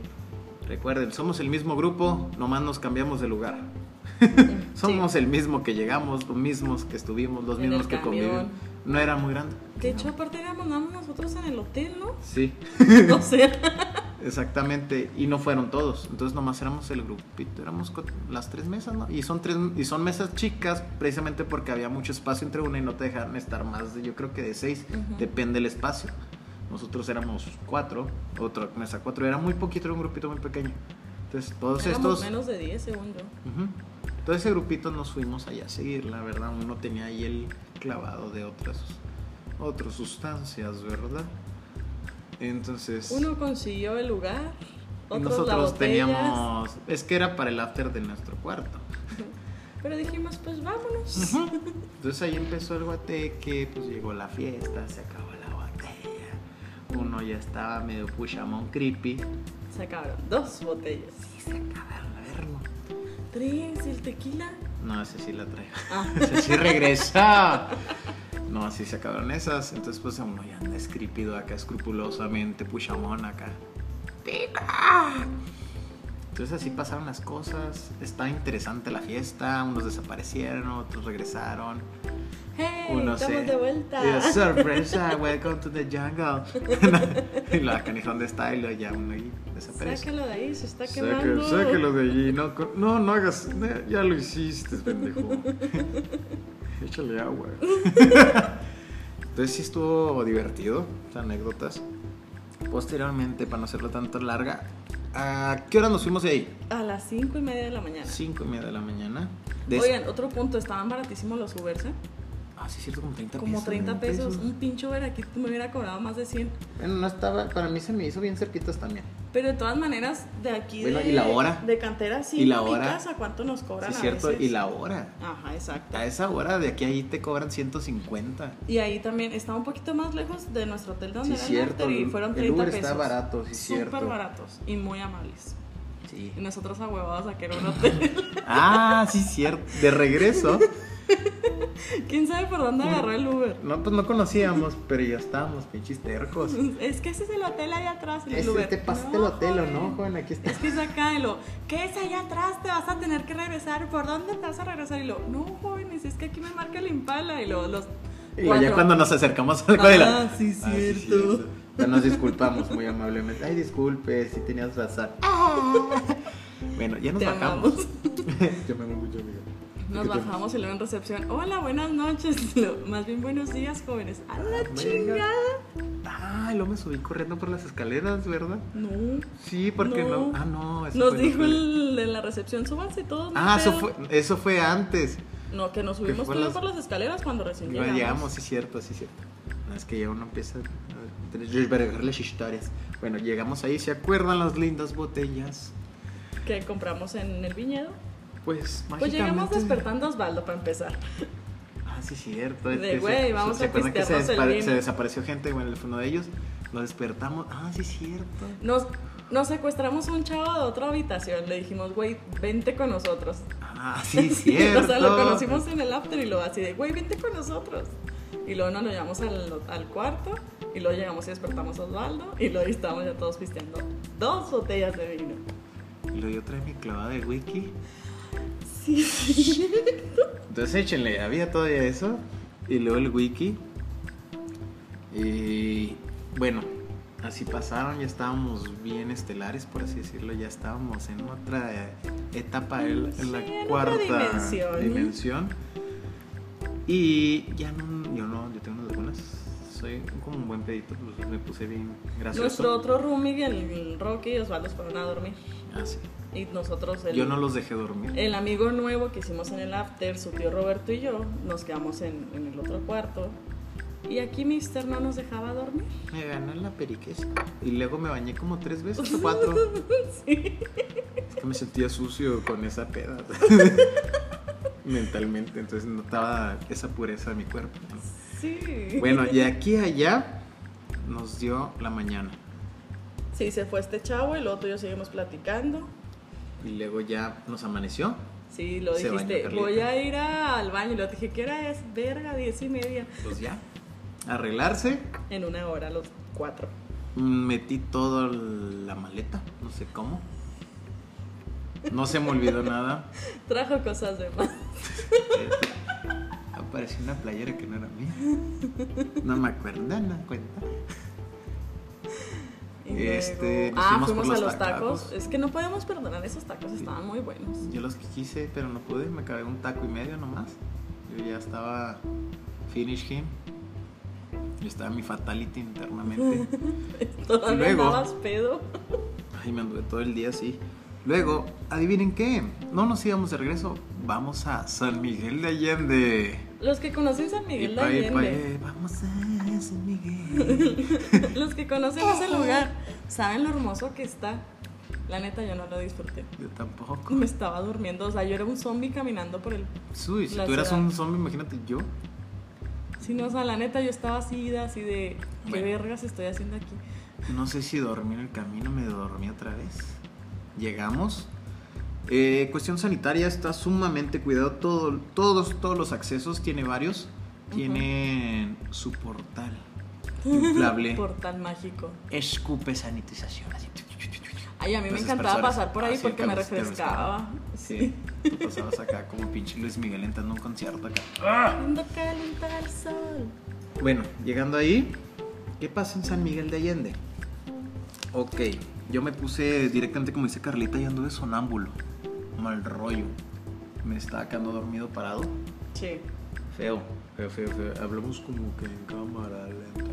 S3: Recuerden, somos el mismo grupo, nomás nos cambiamos de lugar. Somos el mismo que llegamos, los mismos que estuvimos, los
S2: En el
S3: mismos que convivimos.
S2: camión.
S3: No era muy grande.
S2: De hecho, aparte éramos nada más nosotros en el hotel, ¿no?
S3: Sí.
S2: O sea,
S3: Exactamente, y no fueron todos, entonces nomás éramos el grupito, éramos co- las tres mesas, ¿no? Y son tres y son mesas chicas precisamente porque había mucho espacio entre una y no te dejaron estar más, de, yo creo que de seis,
S2: Ujú.
S3: depende el espacio. Nosotros éramos cuatro, otra mesa cuatro, era muy poquito, era un grupito muy pequeño. Entonces todos
S2: éramos
S3: estos,
S2: menos de 10 segundos.
S3: Ujú. todo ese grupito nos fuimos allá a seguir, la verdad, uno tenía ahí el clavado de otras, otras sustancias, ¿verdad? Entonces...
S2: Uno consiguió el lugar,
S3: Y
S2: otros la
S3: nosotros
S2: botella.
S3: teníamos. Es que era para el after de nuestro cuarto.
S2: Pero dijimos, pues vámonos.
S3: Entonces ahí empezó el guateque, pues llegó la fiesta, se acabó la botella. Uno ya estaba medio pushamón creepy.
S2: Se acabaron dos botellas.
S3: Y se acabaron, a verlo.
S2: Tres, el tequila.
S3: No, ese sí la traigo.
S2: Ah.
S3: Ese sí regresa. No, así se acabaron esas. Entonces, pues uno ya anda escripido acá, escrupulosamente, puchamón acá. ¡Pita! Entonces así pasaron las cosas. Estaba interesante la fiesta. Unos desaparecieron, otros regresaron.
S2: ¡Hey!
S3: Unos
S2: estamos
S3: se-
S2: de vuelta.
S3: Y yo, sorpresa, welcome to the jungle. y la canija donde está y luego ya uno ahí desaparece.
S2: Sácalo de ahí, se está
S3: Sáquelo-
S2: quemando.
S3: sáquelo de allí. No, co- no, no hagas. no, Ya lo hiciste, pendejo. Échale agua. Entonces sí estuvo divertido. las Anécdotas. Posteriormente, para no hacerlo tanto larga, ¿a qué hora nos fuimos de ahí?
S2: A las cinco y media de la mañana.
S3: Cinco y media de la mañana. Des-
S2: Oigan, otro punto, estaban baratísimos los Ubers, ¿eh?
S1: Ah, sí, es cierto, como 30
S2: Como
S1: pesos.
S2: 30
S1: ¿no?
S2: pesos. Un pincho ver aquí me hubiera cobrado más de 100.
S3: Bueno, no estaba, para mí se me hizo bien cerquitas también.
S2: Pero de todas maneras, de aquí
S3: Bueno,
S2: de,
S3: ¿y la hora?
S2: de cantera sí,
S3: ¿Y la
S2: a mi
S3: hora?
S2: casa, ¿cuánto nos
S3: Sí,
S2: cobran
S3: es
S2: a
S3: cierto,
S2: veces?
S3: y la hora.
S2: Ajá, exacto.
S3: A esa hora de aquí a ahí te cobran 150.
S2: Y ahí también estaba un poquito más lejos de nuestro hotel donde
S3: Sí,
S2: era
S3: cierto,
S2: el after y
S3: el-
S2: fueron
S3: el
S2: 30
S3: Uber
S2: pesos.
S3: está barato, sí, cierto.
S2: Súper baratos y muy amables.
S3: Sí.
S2: Y nosotros ahuevados a que era un hotel.
S3: Ah, sí, cierto. De regreso.
S2: ¿Quién sabe por dónde agarró el Uber?
S3: No, pues no conocíamos, pero ya estábamos, pinches tercos.
S2: Es que ese es el hotel allá atrás, el
S3: Este,
S2: Uber.
S3: te pasaste el
S2: No,
S3: hotel, ¿o
S2: joven.
S3: no, joven? Aquí está.
S2: Es que es acá y lo, ¿qué es allá atrás? Te vas a tener que regresar. ¿Por dónde te vas a regresar? Y lo, no, jóvenes, es que aquí me marca el impala. Y lo, los.
S3: Y ya
S2: cuatro.
S3: cuando nos acercamos al cuadro.
S2: Ah, sí, cierto.
S3: Ya Nos disculpamos muy amablemente. Ay, disculpe, si tenías razón.
S4: Ah.
S3: Bueno, ya nos
S2: Te
S3: bajamos.
S2: amamos.
S3: Yo me amo mucho, amigo.
S2: Nos bajamos y luego en recepción, hola, buenas noches. Y lo, más bien, buenos días, jóvenes. "Ah, ¡A la
S3: Venga.
S2: chingada!
S3: Ah, luego me subí corriendo por las escaleras, ¿verdad?
S2: No.
S3: Sí, porque no.
S2: No.
S3: Ah, no. eso
S2: Nos
S3: fue-
S2: dijo el de la recepción, súbanse todos. no
S3: Ah,
S2: hay
S3: eso
S2: pedo".
S3: fue, eso fue antes.
S2: No, que nos subimos
S3: fue
S2: tú y yo
S3: las-
S2: por las escaleras cuando recién
S3: No
S2: llegamos.
S3: llegamos, sí, cierto, sí, cierto. No, es que ya uno empieza a tener que vergar las historias. Bueno, llegamos ahí, ¿se acuerdan las lindas botellas?
S2: Que compramos en el viñedo.
S3: Pues,
S2: Pues llegamos
S3: mágicamente-
S2: despertando a Osvaldo para empezar.
S3: Ah, sí, cierto.
S2: De,
S3: que se-
S2: "Güey, vamos a
S3: acuerdan se,
S2: pistearnos el
S3: despare-
S2: vino".
S3: se desapareció gente, bueno, fue uno de ellos. Nos despertamos. Ah, sí, cierto.
S2: Nos, nos secuestramos a un chavo de otra habitación. Le dijimos, güey, vente con nosotros.
S3: Ah, sí,
S2: o
S3: cierto.
S2: sea, lo conocimos en el after y lo así de, güey, vente con nosotros. Y luego nos lo llevamos al, al cuarto y luego llegamos y despertamos a Osvaldo y luego ahí estábamos ya todos pisteando dos botellas de vino.
S3: Y luego yo trae mi clavada de wiki.
S2: Sí, sí.
S3: Entonces échenle, había todavía eso. Y luego el wiki. Y bueno, así pasaron, ya estábamos bien estelares, por así decirlo. Ya estábamos en otra etapa, en, en la
S2: Sí, en otra
S3: cuarta
S2: dimensión.
S3: dimensión. Y ya no, yo no, yo tengo unas lagunas. Soy como un buen pedito, pues me puse bien gracioso.
S2: Nuestro otro roomie, el Rocky y Osvaldo se fueron a dormir.
S3: Ah, sí.
S2: Y nosotros, el,
S3: Yo no los dejé dormir.
S2: el amigo nuevo que hicimos en el after, su tío Roberto y yo, nos quedamos en, en el otro cuarto. Y aquí Mister no nos dejaba dormir.
S3: Me ganó la periquesa. Y luego me bañé como tres veces o cuatro.
S2: Sí.
S3: Es que me sentía sucio con esa peda. Mentalmente, entonces notaba esa pureza de mi cuerpo. ¿no?
S2: Sí.
S3: Bueno, y aquí a allá nos dio la mañana.
S2: Sí, se fue este chavo y luego tú y yo seguimos platicando.
S3: Y luego ya nos amaneció.
S2: Sí, lo
S3: Se bañó
S2: dijiste,
S3: Carlita.
S2: voy a ir a- al baño. Y luego te dije, ¿qué hora es? Verga, diez y media.
S3: Pues ya. Arreglarse.
S2: En una hora, a los cuatro.
S3: mm, Metí toda la maleta. No sé cómo. No se me olvidó nada. Este,
S2: Trajo cosas de más.
S3: Apareció una playera que no era mía. No me acuerdo, no me cuenta.
S2: Y
S3: Este,
S2: luego-
S3: nos
S2: Ah,
S3: fuimos
S2: fuimos
S3: por
S2: a
S3: los
S2: los tacos.
S3: tacos.
S2: Es que no podemos perdonar esos tacos, estaban muy buenos.
S3: Yo los que quise, pero no pude. Me acabé un taco y medio nomás. Yo ya estaba finish him. Yo estaba en mi fatality internamente.
S2: Todavía
S3: luego-
S2: andabas pedo.
S3: Ay, me anduve todo el día así. Luego, adivinen qué. No nos íbamos de regreso. Vamos a San Miguel de Allende.
S2: Los que conocen San Miguel de
S3: Epa, epa,
S2: Allende,
S3: eh, Vamos a San Miguel.
S2: los que conocen ese lugar, saben lo hermoso que está. La neta, yo no lo disfruté.
S3: Yo tampoco.
S2: Me estaba durmiendo, o sea, yo era un zombie caminando por el
S3: Uy, si
S2: La
S3: tú eras
S2: ciudad.
S3: un zombie, imagínate yo.
S2: Sí, no, o sea, la neta yo estaba así, ida, así de, ¿qué
S3: Bueno.
S2: vergas estoy haciendo aquí?
S3: No sé si dormí en el camino, me dormí otra vez. Llegamos. Eh, cuestión sanitaria está sumamente cuidado. Todo, todos, todos los accesos, tiene varios, tienen su portal inflable.
S2: Portal mágico.
S3: Escupe sanitización. así.
S2: Ay, a mí me
S3: Los Ah,
S2: encantaba
S3: aspersores.
S2: pasar por ahí
S3: Así,
S2: porque me
S3: Carlos, te
S2: refrescaba.
S3: Sí, tú pasabas acá como pinche Luis Miguel entrando a un concierto acá.
S2: Cuando calienta el sol.
S3: Bueno, llegando ahí, ¿qué pasa en San Miguel de Allende? Ok, yo me puse directamente, como dice Carlita, y anduve sonámbulo. Mal rollo. Me estaba quedando dormido parado.
S2: Sí.
S3: Feo, feo, feo, feo. Hablamos como que en cámara lenta.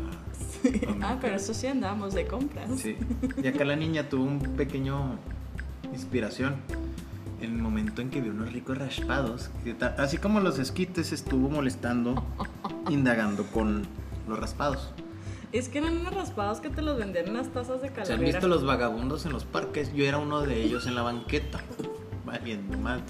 S2: Ah, pero eso sí andábamos de compras.
S3: Sí. Y acá la niña tuvo un pequeño inspiración. en el momento en que vio unos ricos raspados, que ta- así como los esquites, estuvo molestando, indagando con los raspados.
S2: Es que eran unos raspados que te los vendían en las tazas
S3: ¿Se
S2: de
S3: han
S2: calavera.
S3: visto los vagabundos en los parques? Yo era uno de ellos en la banqueta. Valiendo mal.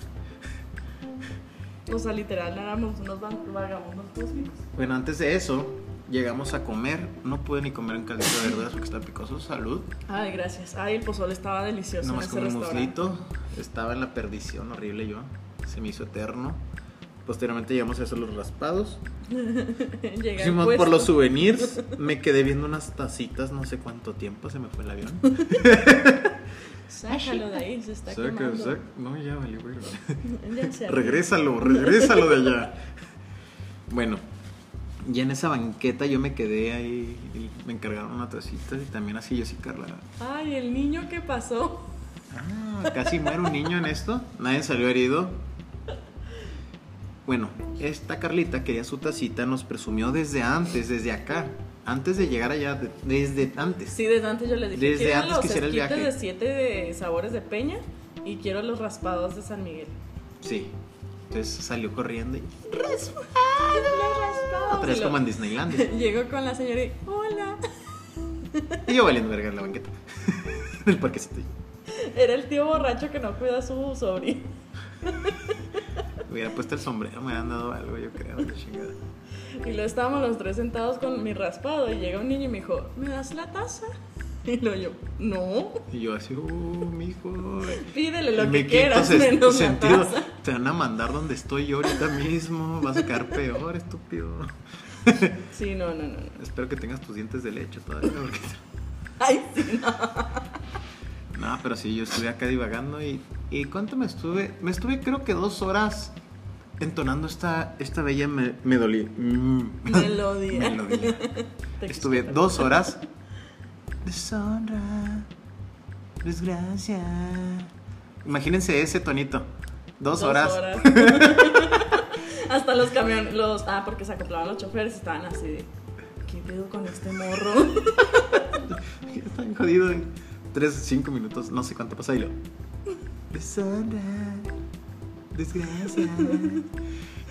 S2: O sea, literal, éramos unos van- vagabundos cósmicos.
S3: Bueno, antes de eso, llegamos a comer. No pude ni comer un caldito de verduras porque está picoso. Salud.
S2: Ay, gracias. Ay, el pozole estaba delicioso
S3: Nomás
S2: en ese
S3: como un
S2: restaurante.
S3: muslito. Estaba en la perdición, horrible yo. Se me hizo eterno. Posteriormente llegamos a hacer los raspados.
S2: Llegué al
S3: Fuimos por
S2: puesto.
S3: los souvenirs. Me quedé viendo unas tacitas, no sé cuánto tiempo se me fue el avión.
S2: Sácalo de ahí, se está
S3: Saca,
S2: quemando.
S3: saca. No, ya valió, güey.
S2: Ya se arruinó.
S3: Regrésalo, regrésalo de allá. Bueno, ya en esa banqueta yo me quedé ahí. y me encargaron una tacita y también así yo sí, Carla.
S2: Ay, el niño que pasó.
S3: Ah, casi muere un niño en esto. Nadie salió herido. Bueno, esta Carlita quería su tacita, nos presumió desde antes, desde acá. Antes de llegar allá, de- desde antes.
S2: Sí, desde antes yo les dije.
S3: Desde
S2: quiero
S3: antes
S2: los
S3: que hiciera el
S2: esquites
S3: viaje.
S2: de siete de sabores de peña y quiero los raspados de San Miguel.
S3: Sí. Entonces salió corriendo y
S2: Raspados.
S3: otra vez
S2: Y lo-
S3: como en Disneylandia.
S2: Llego con la señora y, hola.
S3: Y yo valiendo verga en la banqueta. En el parquecito.
S2: Era el tío borracho que no cuida a su sobrino.
S3: Hubiera puesto el sombrero, me hubieran dado algo, yo creo. la chingada.
S2: Y luego estábamos los tres sentados con mi raspado y llega un niño y me dijo, ¿me das la taza? Y luego yo, no,
S3: Y yo así, oh, mijo.
S2: pídele lo
S3: Y
S2: que
S3: me quito
S2: quieras,
S3: ese
S2: menos la
S3: sentido.
S2: taza.
S3: Te van a mandar donde estoy yo ahorita mismo. Vas a quedar peor, estúpido.
S2: Sí, no, no, no. no.
S3: Espero que tengas tus dientes de leche todavía. porque-
S2: Ay, sí, no.
S3: No, pero sí, yo estuve acá divagando y, y ¿cuánto me estuve? Me estuve creo que dos horas entonando esta, esta bella me, me dolí. mm,
S2: Melodía.
S3: melodía.
S2: Te
S3: Estuve
S2: quito.
S3: dos horas. Deshonra. Desgracia. Imagínense ese tonito. Dos, horas.
S2: Hasta los camiones, los, ah, porque se acoplaban los choferes, estaban así de, ¿qué pedo con este morro?
S3: Están jodido en tres, cinco minutos. No sé cuánto pasa y lo. Deshonra. Desgracia.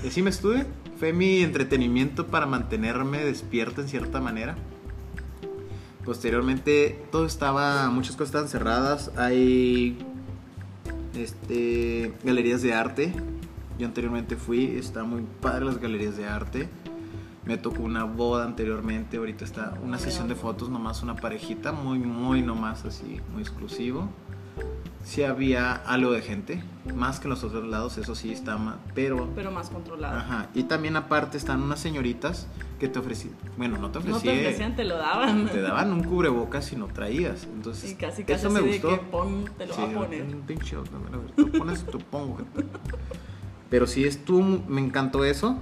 S3: Y así me estuve. Fue mi entretenimiento para mantenerme despierto en cierta manera. Posteriormente, todo estaba. Muchas cosas estaban cerradas. Hay. Este. Galerías de arte. Yo anteriormente fui. Está muy padre las galerías de arte. Me tocó una boda anteriormente. Ahorita está una sesión de fotos nomás. Una parejita. Muy, muy nomás así. Muy exclusivo. Sí había algo de gente. Más que en los otros lados. Eso sí está más. Pero.
S2: Pero más controlado.
S3: Ajá. Y también aparte están unas señoritas que te ofrecían. Bueno, no te
S2: No
S3: ofrecían
S2: te ofrecían, te lo daban.
S3: te daban un cubrebocas si no traías. Entonces,
S2: Y casi casi
S3: eso me
S2: así de
S3: gustó.
S2: que pon, te lo
S3: Sí,
S2: va a poner.
S3: un pinche ojo, a ver, tú pones, tú pongo. Pero sí estuvo, me encantó eso,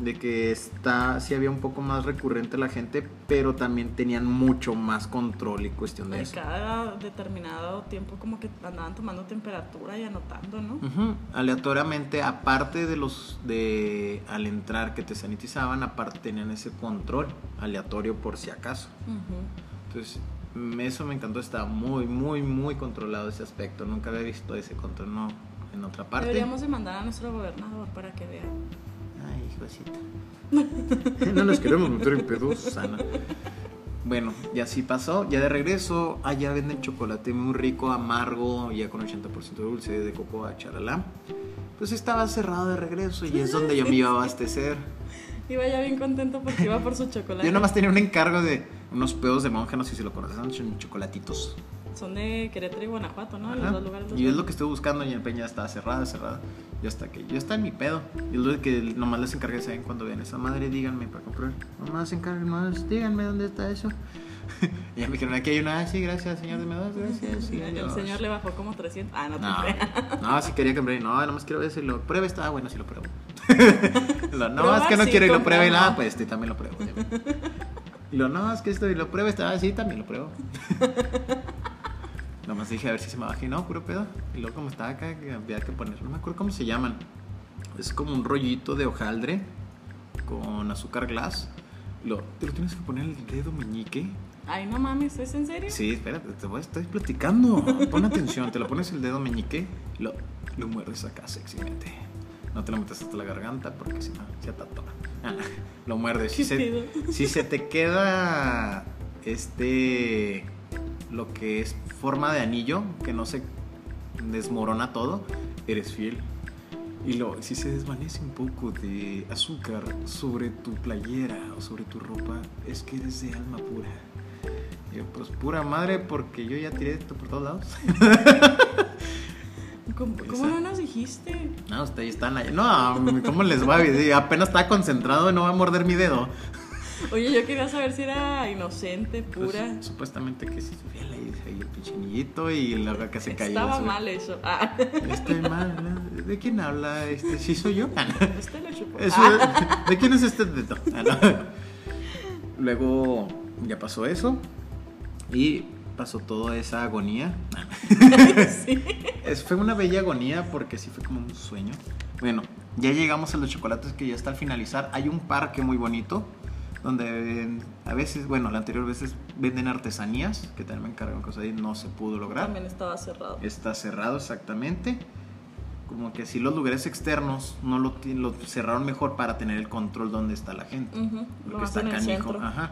S3: de que está, sí había un poco más recurrente la gente, pero también tenían mucho más control y cuestión de
S2: De
S3: eso.
S2: cada determinado tiempo como que andaban tomando temperatura y anotando, ¿no?
S3: Ujú, Aleatoriamente, aparte de los de al entrar que te sanitizaban, aparte tenían ese control aleatorio por si acaso.
S2: Ujú.
S3: Entonces, mm, eso me encantó, está muy, muy, muy controlado ese aspecto. Nunca había visto ese control no, en otra parte.
S2: Deberíamos de mandar a nuestro gobernador para que vea.
S3: Ay, hijosita. no nos queremos meter en pedos, Susana. Bueno, y así pasó. Ya de regreso, allá venden chocolate muy rico, amargo, ya con 80% de dulce, de cocoa, charalá. Pues estaba cerrado de regreso y es donde yo me iba a abastecer.
S2: Iba ya bien contento porque iba por su chocolate.
S3: Yo nomás tenía un encargo de unos pedos de monja, no sé si lo conoces, son chocolatitos.
S2: Son de Querétaro y Guanajuato, ¿no? Los
S3: Ajá.
S2: dos lugares.
S3: Y es lo que estoy buscando y en Peña estaba cerrada, cerrada. Yo hasta que yo está en mi pedo. Y es lo que nomás les encargué, saben cuando vean esa madre, díganme para comprar. Nomás encarguen, nomás díganme dónde está eso. y ya me dijeron, aquí hay una, "Ah, sí, gracias, señor de Medos, gracias. sí,
S2: El
S3: adiós".
S2: señor le bajó como 300. Ah, no te creas.
S3: No, no, sí quería comprar y no, nomás quiero ver si lo pruebe, está bueno si lo pruebo. Lo, no,
S2: Probar
S3: es que no
S2: sí,
S3: quiero y lo
S2: comprar
S3: pruebe,
S2: no.
S3: nada, pues este también lo pruebo. Y lo, no, es que esto y lo pruebe, está así, también lo pruebo. Nomás dije a ver si se me baja y no, puro pedo. Y luego como estaba acá, que había que poner, no me acuerdo cómo se llaman. Es como un rollito de hojaldre con azúcar glass. Lo, te lo tienes que poner en el dedo meñique
S2: Ay, no mames, ¿es en serio?
S3: Sí, espera, te voy, estoy platicando. Pon atención, te lo pones el dedo meñique, lo, lo muerdes acá sexymente. No te lo metas hasta la garganta porque si no, se te atora. Ah, lo muerdes. Si
S2: Qué
S3: se,
S2: pedo.
S3: si se te queda este. lo que es forma de anillo, que no se desmorona todo, eres fiel. Y lo, si se desvanece un poco de azúcar sobre tu playera o sobre tu ropa, es que eres de alma pura. Y yo, pues pura madre, porque yo ya tiré esto por todos lados.
S2: ¿Cómo, cómo
S3: Esa.
S2: no nos dijiste?
S3: No, ustedes están allá. No, ¿cómo les va? Sí, Apenas está concentrado y no va a morder mi dedo.
S2: Oye, yo quería saber si era inocente, pura.
S3: Pues, supuestamente que sí, subía la ahí el pinche anillito y luego que se cayó.
S2: Estaba
S3: sobre-
S2: mal eso. Ah,
S3: Estoy mal. ¿no? ¿De quién habla? Este, sí, soy yo. Ah, no.
S2: este lo chupó.
S3: Eso-
S2: Ah,
S3: ¿De quién es este dedo? Ah, no. Luego ya pasó eso y pasó toda esa agonía.
S2: sí.
S3: Es- fue una bella agonía porque sí fue como un sueño. Bueno, ya llegamos a los chocolates que ya está al finalizar. Hay un parque muy bonito donde eh, a veces, bueno, la anterior veces venden artesanías, que también me encargan cosas ahí, no se pudo lograr.
S2: También estaba cerrado.
S3: Está cerrado exactamente. Como que si los lugares externos no lo, ti- lo cerraron mejor para tener el control donde está la gente.
S2: Ujú,
S3: Lo
S2: lo
S3: que
S2: más
S3: está
S2: Mm, en el
S3: canijo.
S2: centro.
S3: Ajá.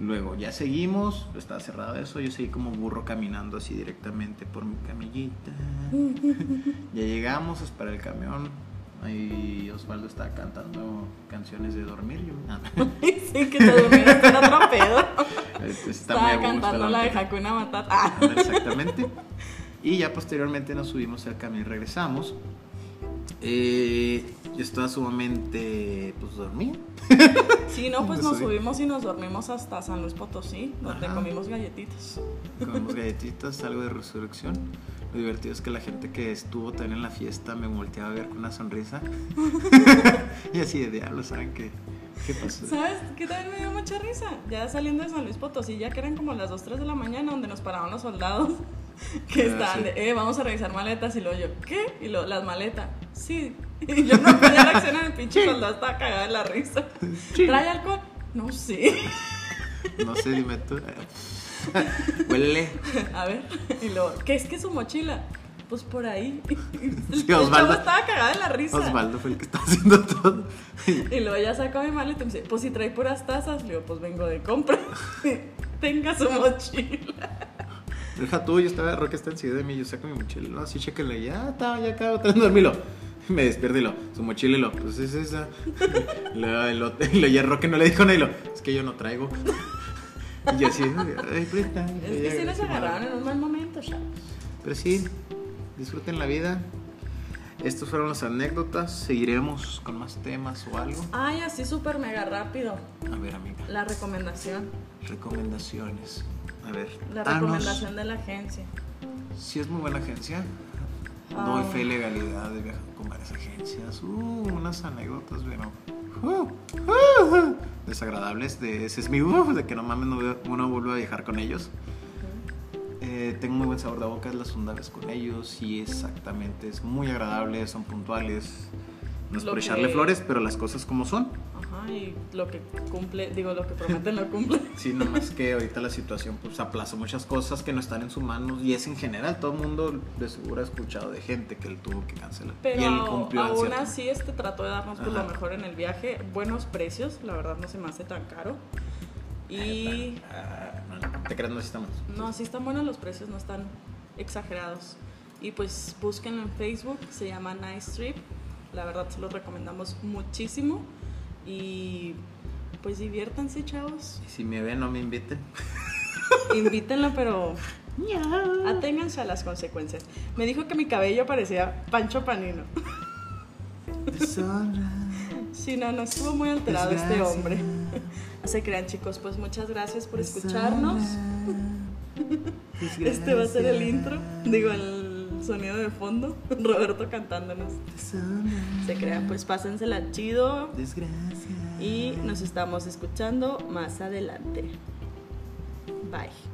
S3: Luego ya seguimos, está cerrado eso, yo seguí como burro caminando así directamente por mi camillita. ya llegamos, esperar el camión. Ahí Osvaldo está cantando canciones de dormir. Yo, Ah,
S2: Sí, que te durmieron con otro pedo.
S3: está muy a
S2: Estaba
S3: gusto,
S2: cantando la de
S3: verdad.
S2: Hakuna Matata. Ah,
S3: Exactamente. Y ya posteriormente nos subimos al camión y regresamos. Eh, yo estaba sumamente, pues, dormido.
S2: Sí, no, pues
S3: Me
S2: nos
S3: subí.
S2: subimos y nos dormimos hasta San Luis Potosí, donde
S3: Ajá.
S2: comimos galletitas.
S3: Comemos galletitas, algo de resurrección. Lo divertido es que la gente que estuvo también en la fiesta me volteaba a ver con una sonrisa. y así de diablo, ¿saben qué? ¿Qué pasó?
S2: ¿Sabes qué también me dio mucha risa? Ya saliendo de San Luis Potosí, ya que eran como las 2, 3 de la mañana, donde nos paraban los soldados, que
S3: Ah,
S2: estaban
S3: sí.
S2: de, eh, vamos a revisar maletas, y luego yo, ¿qué? Y luego, las maletas, sí. Y yo no podía reaccionar, el pinche soldado estaba cagado de la risa. ¿Trae alcohol? No sé.
S3: No sé, dime tú. Huele.
S2: A ver, y luego, ¿qué es que su mochila? Pues por ahí. El
S3: Sí, Osvaldo.
S2: chavo estaba cagado de la risa.
S3: Osvaldo fue el que estaba haciendo todo.
S2: Y luego ya sacó mi maleta y me dice, pues si trae puras tazas, le digo, pues vengo de compra. Tenga su mochila.
S3: Deja tú, yo estaba, Roque está enseguida de mí, yo saco mi mochila, no, así chéquenla, ya estaba, ya acabo, tras dormilo. Me despierto y lo, su mochila y lo, pues es esa. Y Luego el otro- y luego ya Roque no le dijo nada y lo, es que yo no traigo. Y yo así, ay, presta.
S2: Es que sí nos agarraron en un mal momento, ya.
S3: Pero sí, disfruten la vida. Estas fueron las anécdotas, seguiremos con más temas o algo.
S2: Ay, así súper mega rápido.
S3: A ver, amiga,
S2: La recomendación.
S3: recomendaciones. A ver,
S2: La
S3: danos-
S2: recomendación de la agencia.
S3: Si es muy buena agencia.
S2: Ah.
S3: Doy fe y legalidad de viajar con varias agencias. Uh, unas anécdotas, bueno. uh, uh, uh, desagradables. De, ese es mi uh, de que no mames, no, veo- no vuelvo a viajar con ellos. Eh, tengo muy buen sabor de boca, es la segunda vez con ellos. Y exactamente, es muy agradable, son puntuales. No es
S2: Lo
S3: por echarle
S2: que-
S3: flores, pero las cosas como son.
S2: Ajá, y lo que cumple, digo, lo que prometen lo cumple.
S3: Sí, nomás que ahorita la situación pues aplaza muchas cosas que no están en sus manos y es en general, todo el mundo de seguro ha escuchado de gente que él tuvo que cancelar.
S2: Pero
S3: y él
S2: a-
S3: cumplió en
S2: aún
S3: cierto-
S2: así este trató de darnos pues,
S3: Ajá.
S2: lo mejor en el viaje, buenos precios, la verdad no se me hace tan caro. Y
S3: Ah, no, te creas, no necesitamos.
S2: no, sí están buenos los precios, no están exagerados. Y pues búsquenlo en Facebook, se llama Nice Trip, la verdad se los recomendamos muchísimo y pues diviértanse chavos,
S3: Y si me ven, no me inviten.
S2: invítenlo pero
S4: Miau.
S2: aténganse a las consecuencias. Me dijo que mi cabello parecía Pancho Panino, si no, no estuvo muy alterado este
S3: Desgracia.
S2: hombre. Se crean chicos, pues muchas gracias por escucharnos.
S3: ah,
S2: Este va a ser el intro, digo el sonido de fondo, Roberto cantándonos. Se crean, pues pásensela chido
S3: Desgracia.
S2: y nos estamos escuchando más adelante. Bye.